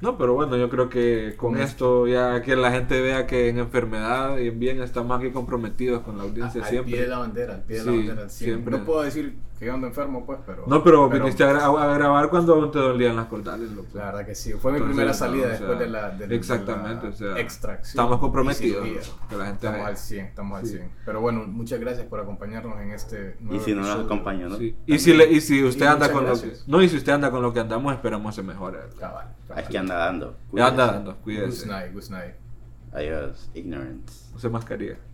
C: No, pero bueno, yo creo que con
B: Con
C: esto ya que la gente vea que en enfermedad y en bien estamos aquí comprometidos con la audiencia
B: A- al
C: siempre.
B: pie de la bandera, al pie de la
C: Sí,
B: bandera. sí.
C: siempre.
B: No puedo decir que ando enfermo, pues, pero.
C: No, pero, viniste a, gra- a grabar cuando aún te dolían las cordales, loco.
B: La verdad que sí. Fue mi
C: Entonces,
B: primera
C: no,
B: salida
C: o sea,
B: después de la. de la-
C: exactamente,
B: de la
C: o sea,
B: Extracción.
C: estamos comprometidos,
B: y cirugía.
C: que la gente
B: Estamos
C: vea.
B: al 100, estamos
C: Sí.
B: al 100. Pero bueno, muchas gracias por acompañarnos en este.
A: y
B: nuevo
A: si no nos
B: episodio.
A: acompañó, ¿no?
C: Sí. Y si le- y si usted
B: Y
C: anda
B: muchas
C: con lo que,
B: gracias.
C: no y si usted anda con lo que andamos, esperamos se mejore.
B: Cabal, cabal.
A: Ah, Es que anda dando.
C: Ya anda
A: Cuídese.
C: dando,
B: Good
C: cuídese.
B: night, good night.
A: Adiós, ignorance.
C: Use mascarilla.